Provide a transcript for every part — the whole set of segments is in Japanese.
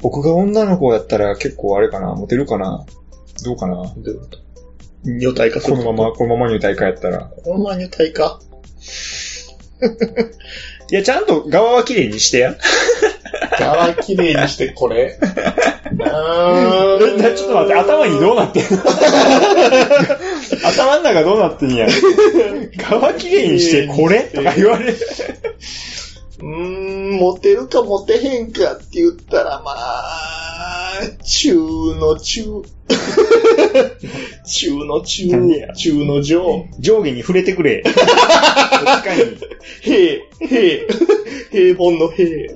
僕が女の子だったら結構あれかなモテるかなどうかなどういうこと女体化すこるのまま、このままに歌い替えたら。このまま女体化いや、ちゃんと側は綺麗にしてや。柄綺麗にしてこれうーんだちょっと待って、頭にどうなってん の頭の中どうなってんや。側綺麗にして、これとか言われる。うーん、モテるかモテへんかって言ったら、まあ、中の 中。中の中なんでや、中の上。上下に触れてくれ。確かに。平、平、平凡の 平。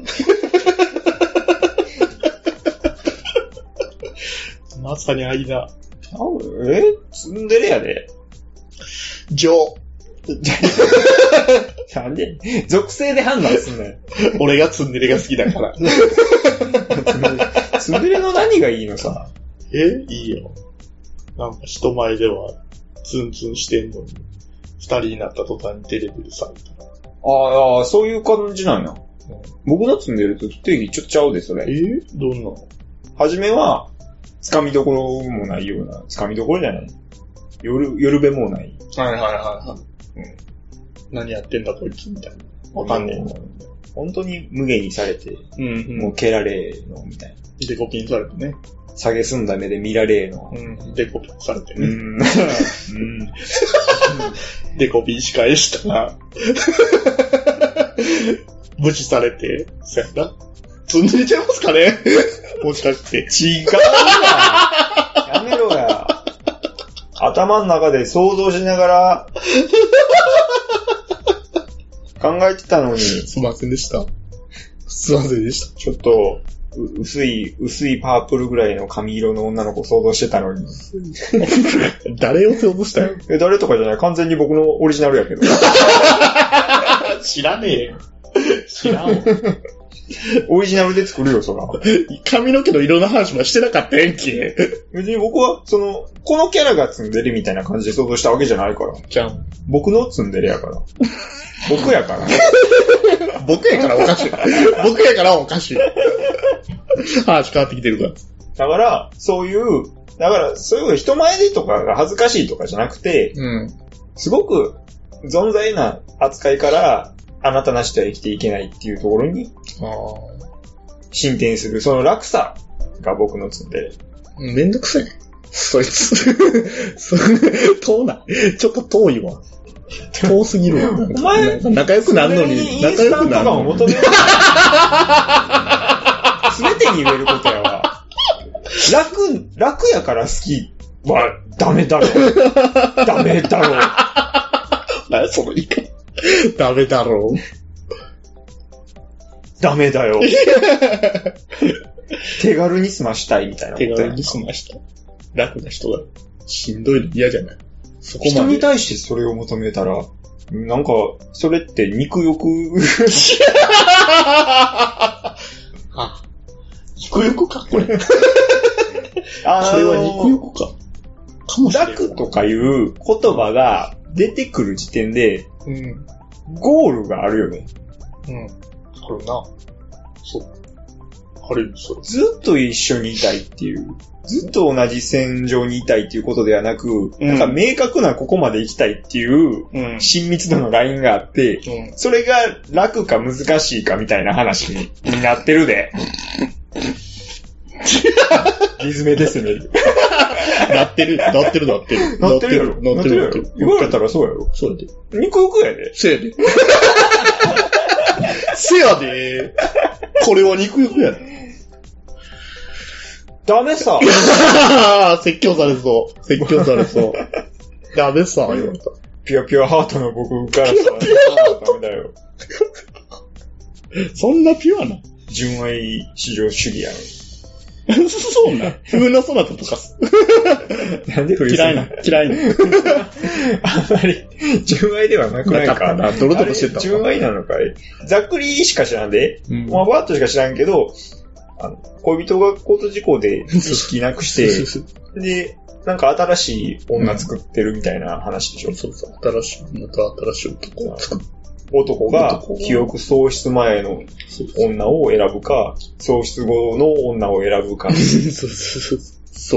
まさに間。えツンデレやで。上。なんで属性で判断すんのよ。俺がツンデレが好きだから。ツンデレの何がいいのさ。えいいよ。なんか人前ではツンツンしてんのに、二人になった途端にテレビでさ、みたいなああ、そういう感じなんや。僕のツンデレと定義ちょっとちゃうで、それ。えどんなのはじめは、つかみどころもないような、つかみどころじゃない。夜、夜べもない。はいはいはいはい。うん、何やってんだこいつみたいな。わかんねもう本当に無限にされて、え。うんもう蹴られーの、みたいデコピンされてね。な。下げすんだ目で見られーの。うん。デコピンされて うね。ん。うん。デコピン仕返したら、 無視されて、そやな。積んでれちゃいますかね もしかして。違うわ。やめろや。頭の中で想像しながら、考えてたのに、すいませんでした。すいませんでした。ちょっと、う薄い、薄いパープルぐらいの髪色の女の子想像してたのに。誰を想像したよえ、誰とかじゃない完全に僕のオリジナルやけど。知らねえよ。知らんわ。オリジナルで作るよ、そら。 髪の毛の色の話はしてなかったやんけ。別に僕は、その、このキャラがツンデレみたいな感じで想像したわけじゃないから。じゃん。僕のツンデレやから。僕やから。僕やからお かしい。僕やからおかしい。話変わってきてるから。だから、そういう、だから、そういう人前でとかが恥ずかしいとかじゃなくて、うん。すごく存在な扱いから、あなたなしでは生きていけないっていうところにあ進展する、その落差が僕のツンデレ。あ。めんどくせえ。そいつ。そ遠ない。ちょっと遠いわ。遠すぎるわ。なんかお前なんか仲良くなんのイに、ン仲ス良タくントなん感をのに。求める。すべてに言えることやわ。楽、楽やから好きはダメだろ。ダメだろ。あその言い方。ダメだろう。ダメだよ。手軽に済ましたいみたいなこと手や軽に済ました。楽な人がしんどいの嫌じゃない。そこ人まにで。対してそれを求めたら、なんか、それって肉欲あ、肉欲か、これ。こあーれは肉欲か。かもしれない。楽とかいう言葉が出てくる時点で、うん。うん。ゴールがあるよね。あるな。そう。ある意味、それ。ずっと一緒にいたいっていう。ずっと同じ線上にいたいっていうことではなく、うんなんか明確なここまで行きたいっていううん。親密度のラインがあって、うん。それが楽か難しいかみたいな話になってる で。リズメで攻める。なってる、なってる、なってる。なってるやろ。なってる、なってる。言われたらそうやろ。そうやで。肉欲やで。せや で。せやで。これは肉欲やで。ダメ さ。ああ、 説教されそう。説教されそう。ダメさ、言われた。ピュアピュアハートの僕からさ、ダメだよ。そんなピュアな。 純愛至上主義や そう な。冬の空とか、ろ。なんで振嫌いな。嫌いな。あんまり、純愛ではなくないなかか。ったなドロドロしてあれた純愛なのかいざっくりしか知らんで、うんまあ、わーっとしか知らんけど、あの恋人が交通事故で意識なくしそうそうて、そうで、なんか新しい女作ってるみたいな話でしょ。そうそう、新しい女と新しい男を作っ男が男記憶喪失前のそうそう女を選ぶか、喪失後の女を選ぶか。そうそうそう。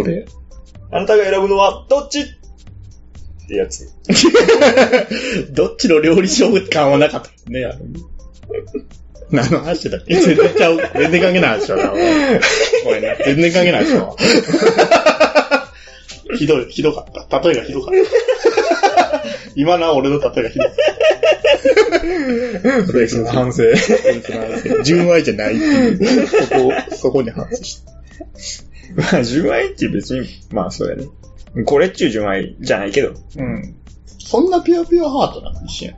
それ。あなたが選ぶのはどっちってやつ。どっちの料理勝負感はなかったですね、あのね。何の話だっけ全然ちゃう。全然関係ない話だな。おいごめんな。全然関係ない話だわ。ひどい、ひどかった。例えがひどかった。今な、俺の例えがひどかった。レイスの反省。 純愛じゃないっていう。そこ、そこに反省した。まあ、純愛って別に、まあ、そうやね。これっちゅう純愛じゃないけど。うん。そんなピュアピュアハートなの一緒やん。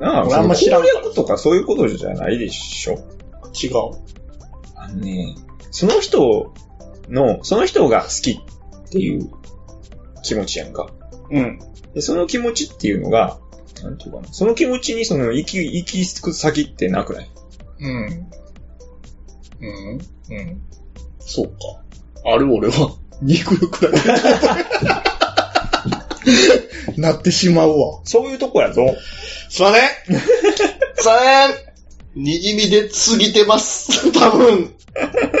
な俺あ、んまあんま知知ららん。ん攻略とかそういうことじゃないでしょ。違う。あのね、その人の、その人が好きっていう気持ちやんか。うん。で、その気持ちっていうのが、なんていうかな。その気持ちにその行き、行き着く先ってなくないうん。うん。うん。そうか。ある俺は、 肉欲だけ。なってしまうわ。そういうとこや ぞ。すいませんすいませんにじみで過ぎてます。多分。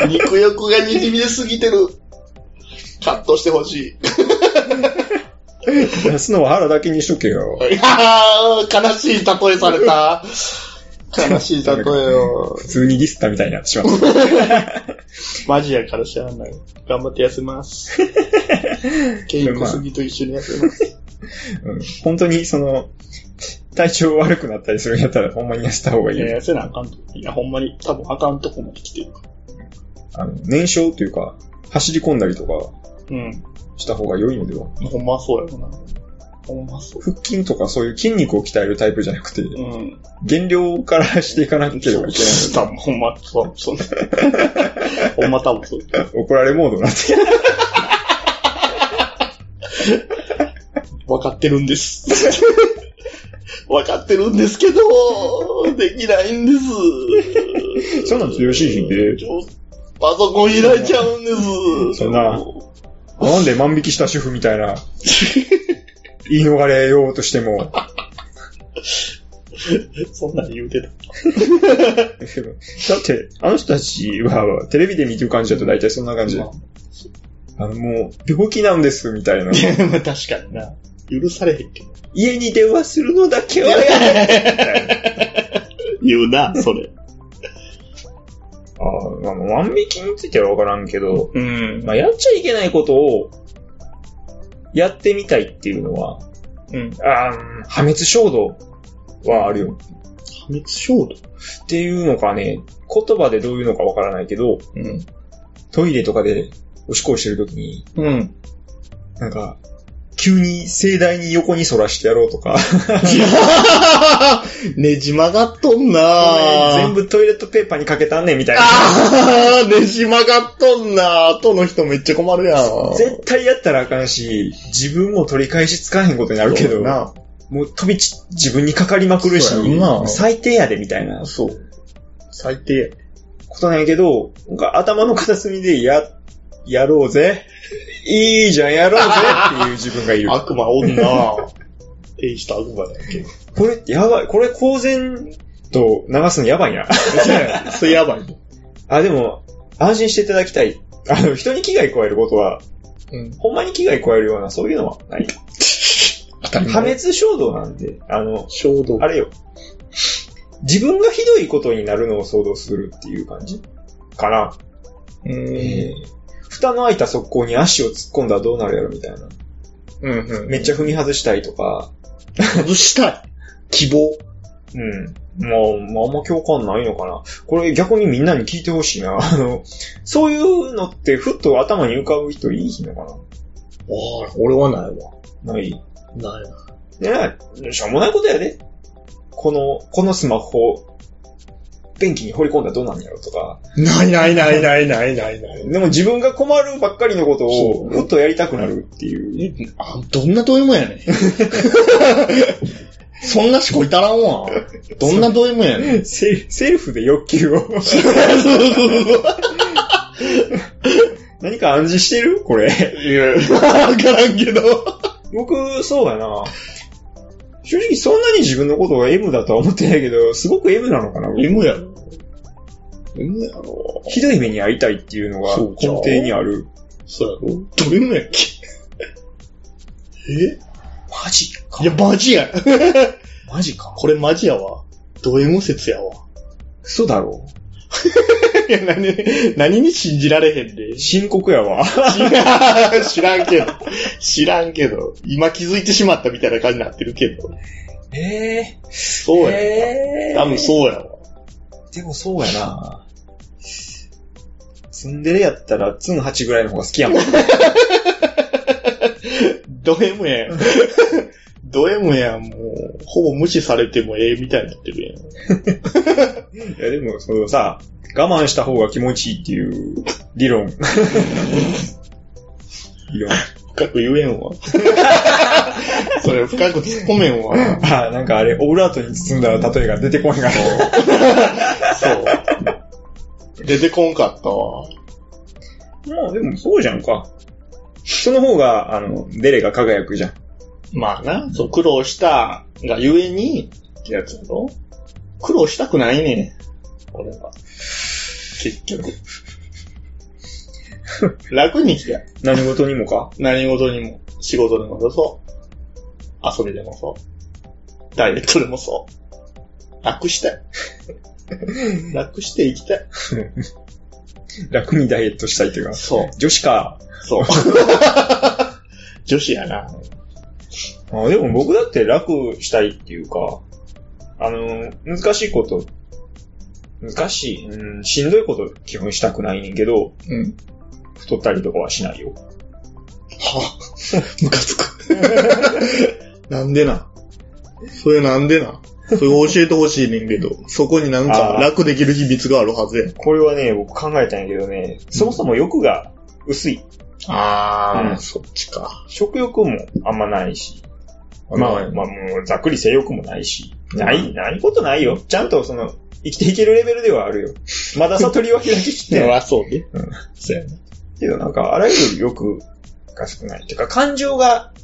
肉欲がにじみで過ぎてる。カットしてほしい。 出すのは腹だけにしとけよ。いやー、悲しい例えされ た。悲しい例えよ普。通にディスったみたいになってしまった。マジやから知らない。頑張って痩せ ます。ケイコスギと一緒に痩せます。うん本当に、その、体調悪くなったりするんやったら、ほんまに痩せた方がいいい。や、痩せなあかんと。いや、ほんまに、多分あかんとこまで来てるから。あの、燃焼というか、走り込んだりとかうん。した方が良いのでは。ほんまそうやろな。ほんまそう。腹筋とかそういう筋肉を鍛えるタイプじゃなくて、うん。減量からしていかなけれそばういけない。多分ほんま、そう、 そう。ほんま多分そう。怒られモードになって。わかってるんです。 わかってるんですけど、できないんです。そんなん強いしでちょパソコン開いちゃうんです。そんななんで万引きした主婦みたいな、言い逃れようとしても、そんなん言うてた。だって、あの人たちは、テレビで見てる感じだと大体そんな感じ。まあの、もう、病気なんです、みたいなあ、。い やまあ確かにな。許されへんけど。家に電話するのだけは、言う な、それ。あーまあ、万引きについてはわからんけど、うんまあ、やっちゃいけないことを、やってみたいっていうのは、うん。あー破滅衝動はあるよ。破滅衝動っていうのかね、言葉でどういうのかわからないけど、うん。トイレとかでおしっこをしてるときに、うん。なんか、急に盛大に横に反らしてやろうとか、 ねじ曲がっとんな 全部トイレットペーパーにかけたんねみたいな。あ あねじ曲がっとんな後の人めっちゃ困るやん。絶対やったらあかんし、自分も取り返しつかへんことになるけど、な。もう飛びち、自分にかかりまくるしそうやんな、最低やでみたいなそう。最低。ことなんやけど、なんか頭の片隅でや、やろうぜ。いいじゃん、やろうぜっていう自分がいる。悪魔おん な天使と悪魔だっけ。これってやばい。これ公然と流すのやばいな。それやばいね。あ、でも、安心していただきたい。あの、人に危害加えることは、うん。ほんまに危害加えるような、そういうのはない。当たり破滅衝動なんで、あの、衝動。あれよ。自分がひどいことになるのを想像するっていう感じかな。うえん。ー蓋の開いた側溝に足を突っ込んだらどうなるやろみたいな。うんうん。めっちゃ踏み外したいとか、外したい。希望。うん。まあ、まあ、あんま共感ないのかな。これ逆にみんなに聞いてほしいな。 あの、そういうのってふっと頭に浮かぶ人いいひんのかああ、俺はないわ。なない。ないな。ねしょうもないことやで。この、このスマホ、便器に掘り込んだらどうなんやろとか。ないないないないないないない。でも自分が困るばっかりのことを、そうふっとやりたくなるっていう。 あ、どんなド M や ねん。そんなしこいたらんわ。どんなド M やねん。セセルフで欲求を。 何か暗示してるこれ。いや、わからんけど。僕、そうやな。正直そんなに自分のことが M だとは思ってないけど、すごく M なのかな M やろ。M やろ。ひどい目に遭いたいっていうのがそう根ちゃう底にある。そうやろどういうのやっけ えマジかいや、マジや。マジか。これマジやわ。ド M 説やわ。嘘だろ。いや、何、何に信じられへんで。深刻やわ。知らんけど。知らんけど。今気づいてしまったみたいな感じになってるけど。ええそうや。え多分そうやわ。でもそうやな。ツンデレやったらツン8ぐらいの方が好き やもん。ド M やん。ド M やん、もう。ほぼ無視されてもええみたいになってるやん。いやでも、そのさ、我慢した方が気持ちいいっていう理 論。理論。深く言えんわ。それ深く突っ込めんわ。あ、なんかあれ、オブラートに包んだら例えが出てこへんかった。そう。出てこんかったわ。まあでもそうじゃんか。その方が、あの、デレが輝くじゃん。まあな、そう、苦労したがゆえに、ってやつやろ苦労したくないねん。俺は。結局。楽に生きたい。何事にもか。何事にも。仕事でもそう。遊びでもそう。ダイエットでもそう。楽したい。 楽していきたい。楽にダイエットしたいというか。そう。女子か。そう。 女子やな。あでも僕だって楽したいっていうか、あの、難しいこと、難しい、うん、しんどいこと基本したくないねんけど、うん。太ったりとかはしないよ。はぁ、ムカつく。 なんでな。それなんでな。それ教えてほしいねんけど、そこになんかあー楽できる秘密があるはずや。これはね、僕考えたんやけどね、そもそも欲が薄い。あーそっちか。食欲もあんまないし、まあ、まあ、もう、ざっくり性欲もないし、うんない、ないことないよ。ちゃんと、その、生きていけるレベルではあるよ。まださ、とりわけだけ来てないはそうねうん。そうやね。けど、なんか、あらゆる欲が少ない。てか、感情が、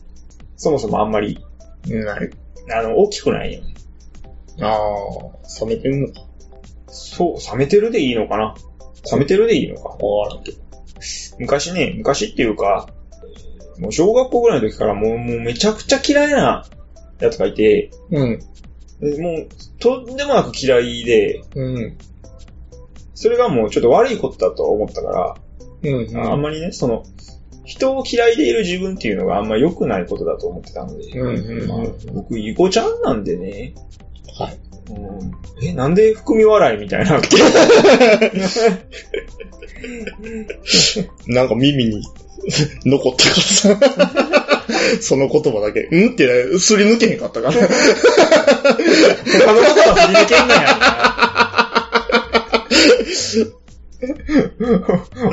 そもそもあんまり、ない。あの、大きくないよ。ああ、冷めてんのか。そう、冷めてるでいいのかな冷めてるでいいのかわからんけど。昔ね、昔っていうか、もう小学校ぐらいの時からもう、もうめちゃくちゃ嫌いなやつがいて、うん。でもう、とんでもなく嫌いで、うん。それがもうちょっと悪いことだと思ったから、うんあんまりね、その、人を嫌いでいる自分っていうのがあんま良くないことだと思ってたので、うんうんまあ僕、ゆこちゃんなんでね、はい。うんえ、なんで含み笑いみたいな。なんか耳に 残ったからさ。その言葉だけ。んって、すり抜けへんかったから。他のことは振り抜けん なや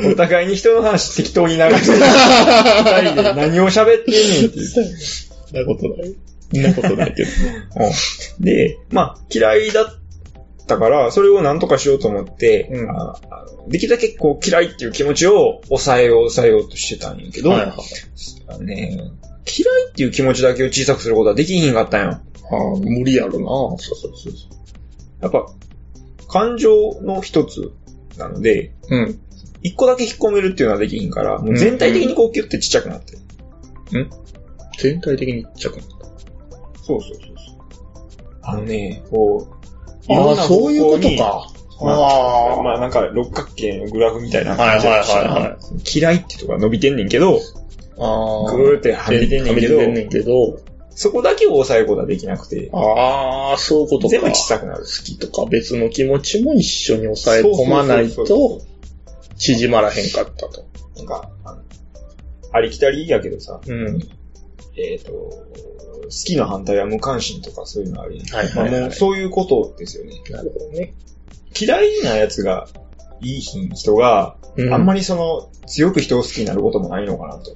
な。お互いに人の話適当に流して、二人で何を喋ってんねんっていう。そんなことない。そんなことないけど。で、まあ、嫌いだったから、それを何とかしようと思って、うんああのできるだけこう嫌いっていう気持ちを抑えよう抑えようとしてたんやけど、 はいはいあのね、嫌いっていう気持ちだけを小さくすることはできひんかったんよ。ああ、無理やろな。そうそうそうそやっぱ、感情の一つなので、う。うん。一個だけ引っ込めるっていうのはできひんから、もう全体的にこうキュッてちっちゃくなって。全体的にちっちゃくなっそうそうそうそう。あのね、こう、た。ああ、そういうこいろんな方向とにか。あまあなんか六角形のグラフみたいな感じはいはいはいは嫌いってとこが伸びてんねんけど、あ。ああ。ぐーってはみ出てんねんけどはみ出てんねんけど。そこだけを抑えることはできなくて、ああ、そういうことか。全部小好さくなる。きとか別の気持ちも一緒に抑え込まないそうそうそと、縮まらへんかったと。なんか、あのありきたりやけどさ、うん。えっ、と、好きの反対は無関心とかそういうのあるやんはいはいはいまあもうそういうことですよね。なるほどね。嫌いなやつが、いい人が、うんあんまりその、強く人を好きになることもないのかなと。あ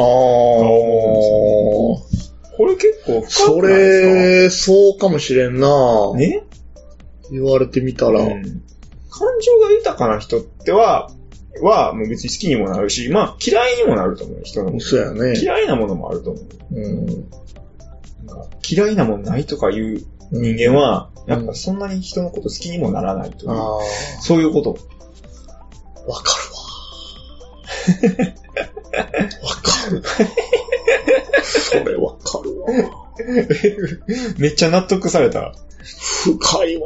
あ、これ結構深そくないですれ、そうかもしれんな。かね言われてみたら。うん感情が豊かな人っては、は、もう別に好きにもなるし、まあ嫌いにもなると思う、人のこと。そうやね。嫌いなものもあると思う。うなん。んか嫌いなもんないとかいう人間は、やっぱそんなに人のこと好きにもならないという、あそういうこと。あ、わか るわ。わかる。それわかるわ。めっちゃ納得された。 深いわ。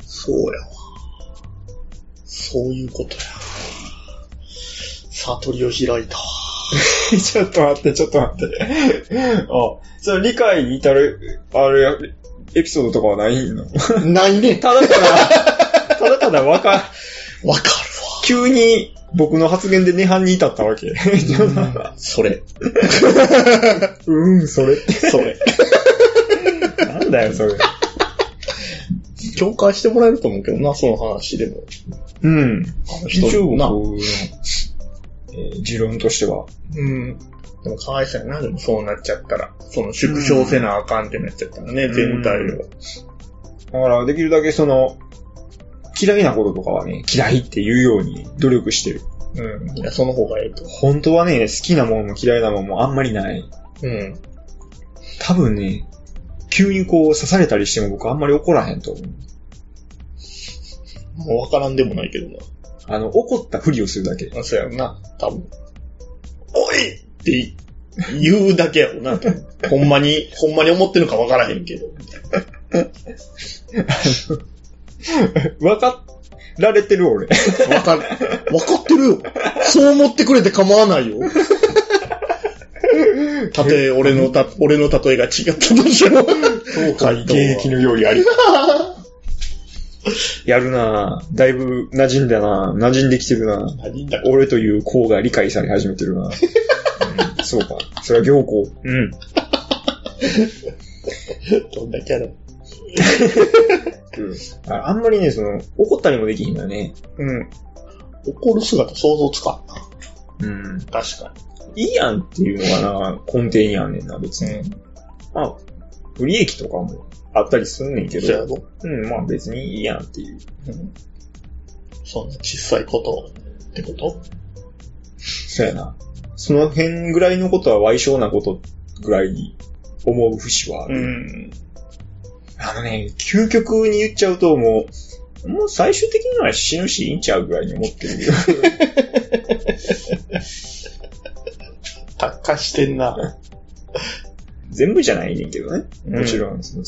そうやわ。そういうことや。悟りを開いたわ。ちょっと待って、ちょっと待って。 あ、その理解に至る、あれ、エピソードとかはないのないね。ただただ、 ただただわか、わか急に僕の発言で涅槃に至ったわけ。るわ。それ。うん、それって。それ。なんだよ、それ。共感してもらえると思うけどな、その話でも。うん。あ中の人国な。の、えー持論としては。うん。でもかわいそうやな、でもそうなっちゃったら。その縮小せなあかんってなっちゃったらね、ん全体を。だから、できるだけその、嫌いなこととかはね、嫌いって言うように努力してる。うん。いや、その方がええと。本当はね、好きなもんも嫌いなもんもあんまりない。うん。多分ね、急にこう刺されたりしても僕あんまり怒らへんと思う。もうわからんでもないけどな。あの、怒ったふりをするだけ。 まあそうやろな、多分。おいって言うだけやろな、 多分ほんまに、ほんまに思ってるのかわからへんけど。わかられてる俺。わかる、わかってるよ。そう思ってくれて構わ ないよ。たとえ俺のた、俺の例えが違ったとしても。そうか、い現役のようにあり。 やるなぁ。だいぶ馴染んだなぁ。馴染んできてるなぁ。何だ俺という項が理解され始めてるな。う んそうか。それは行項。うん。どんだけやろ。ああんまりね、その、怒ったりもできひんだよね。うん。怒る姿想像つかんな。うん。確かいいやんっていうのがな、根底にあんねんな、別に。うん。まあ、不利益とかもあったりすんねんけそうやど、ろ。うん、まあ別にいいやんっていう。うん。そんな小さいことってことそうやな。その辺ぐらいのことは歪償なことぐらいに思う節はある。ん。あのね、究極に言っちゃうともう、もう最終的には死ぬしいいんちゃうぐらいに思ってるよ。達観してんな。全部じゃないねんけどね。うんもちろん、その、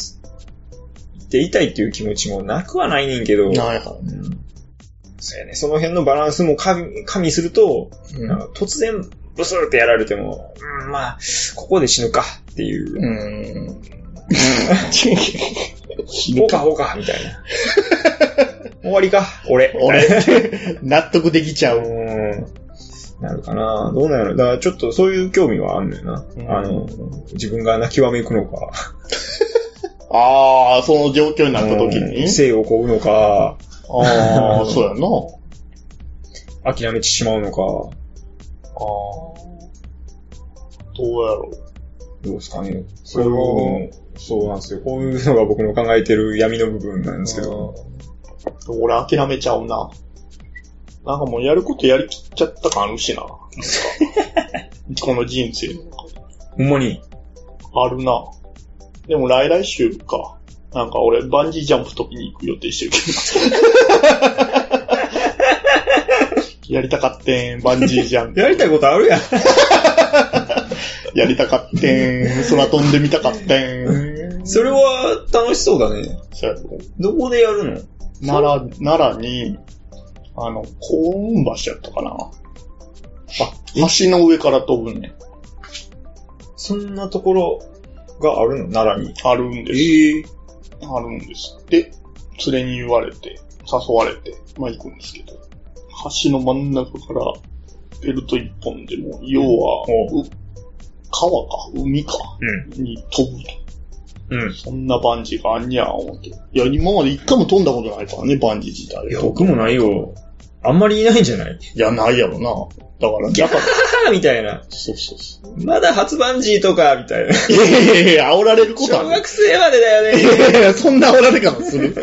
でいたいっていう気持ちもなくはないねんけど、ないはうんそうやね、その辺のバランスも加味加味すると、い。なんか突然ブスーってやられても、うん、まあ、ここで死ぬかっていう、 うん。死ほぬうかか。ほうかみたいな。 終わりか、俺。俺、納得できちゃう。うんなるかなどうなんやろだからちょっとそういう興味はあんのよな。うんあの、自分が泣きわめくのか。ああ、その状況になった時うにん。生をこうのか、ああ、そうやな。諦めてしまうのか、ああ。どうやろどうですかね。それはこうそうなんですよ。こういうのが僕の考えてる闇の部分なんですけど。う。俺諦めちゃうな。なんかもうやることやりきっちゃった感あるし な。なんかこの人生の中でほんまに。あるな。でも来来週か。なんか俺バンジージャンプ飛びに行く予定してるけ ど。やりたかってん、バンジージャンプ。やりたいことあるやん。やりたかってん、空飛んでみたかってん。それは楽しそうだね。そうやろどこでやるの奈良、奈良に、あの、幸運橋やったかな。あ、橋の上から飛ぶね。そんなところがあるの奈良に。あるんです。ええあるんです。で、連れに言われて、誘われて、まあ行くんですけど、橋の真ん中からベルト一本でも、要は、うう川か、海か、に飛ぶと。うん。うん。そんなバンジーがあんにゃー思って。いや、今まで一回も飛んだことないからね、バンジー自体。いや、僕もないよ。あんまりいないんじゃないいや、ないやろな。だから、だから、ああみたいな。そうそうそう。まだ初バンジーとか、みた いな。いやいやいや、煽られること小はね学生までだよいね。やいやいや、そんな煽られ方する。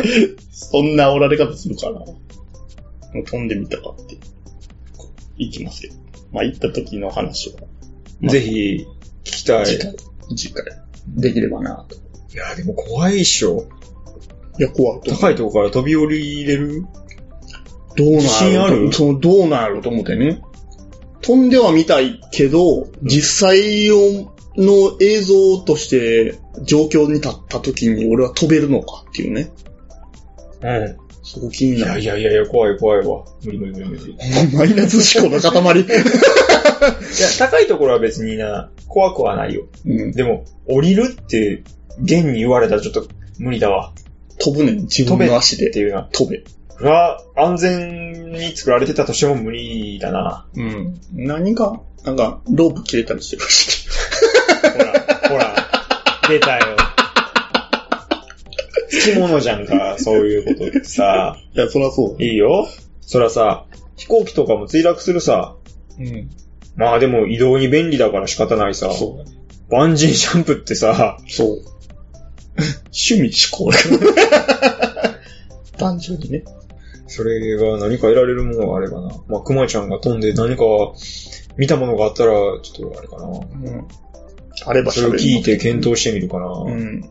そんな煽られ方するかな。飛んでみたかって。行きますよ。まあ、行った時の話は。 ぜひ、聞きたい。次回、次回、できればなと。いや、でも怖いっしょ。いや、怖いと思高いとこから飛び降りれるう。どう自信あなるるそのどうなると思ってね。飛んでは見たいけど、実際をの映像として状況に立った時に俺は飛べるのかっていうね。うん。そこ気いになやる。いやいやいや、怖い怖いわ。無理無理無理無理。いや、マイナス思考の塊。 高いところは別にな、怖くはないよ。うん、でも、降りるって、現に言われたらちょっと無理だわ。飛ぶねん、自分の足ってで。いうな。飛べ。それは、安全に作られてたとしても無理だな。うん。何か、なんか、ロープ切れたりしてるし。ほら、ほら、 出たよ。つきものじゃんか、そういうことってさ。いや、そらそいいよ。そらさ、飛行機とかも墜落するさ。う。うん。まあでも移動に便利だから仕方ないさ。そうだね。バンジージャンプってさ、 そう。趣味思考 単純にね。それが何か得られるものがあればな。まあ、クマちゃんが飛んで何か見たものがあったら、ちょっとあれかな。うん。あればそれを喋る。聞いて検討してみるかな。うん。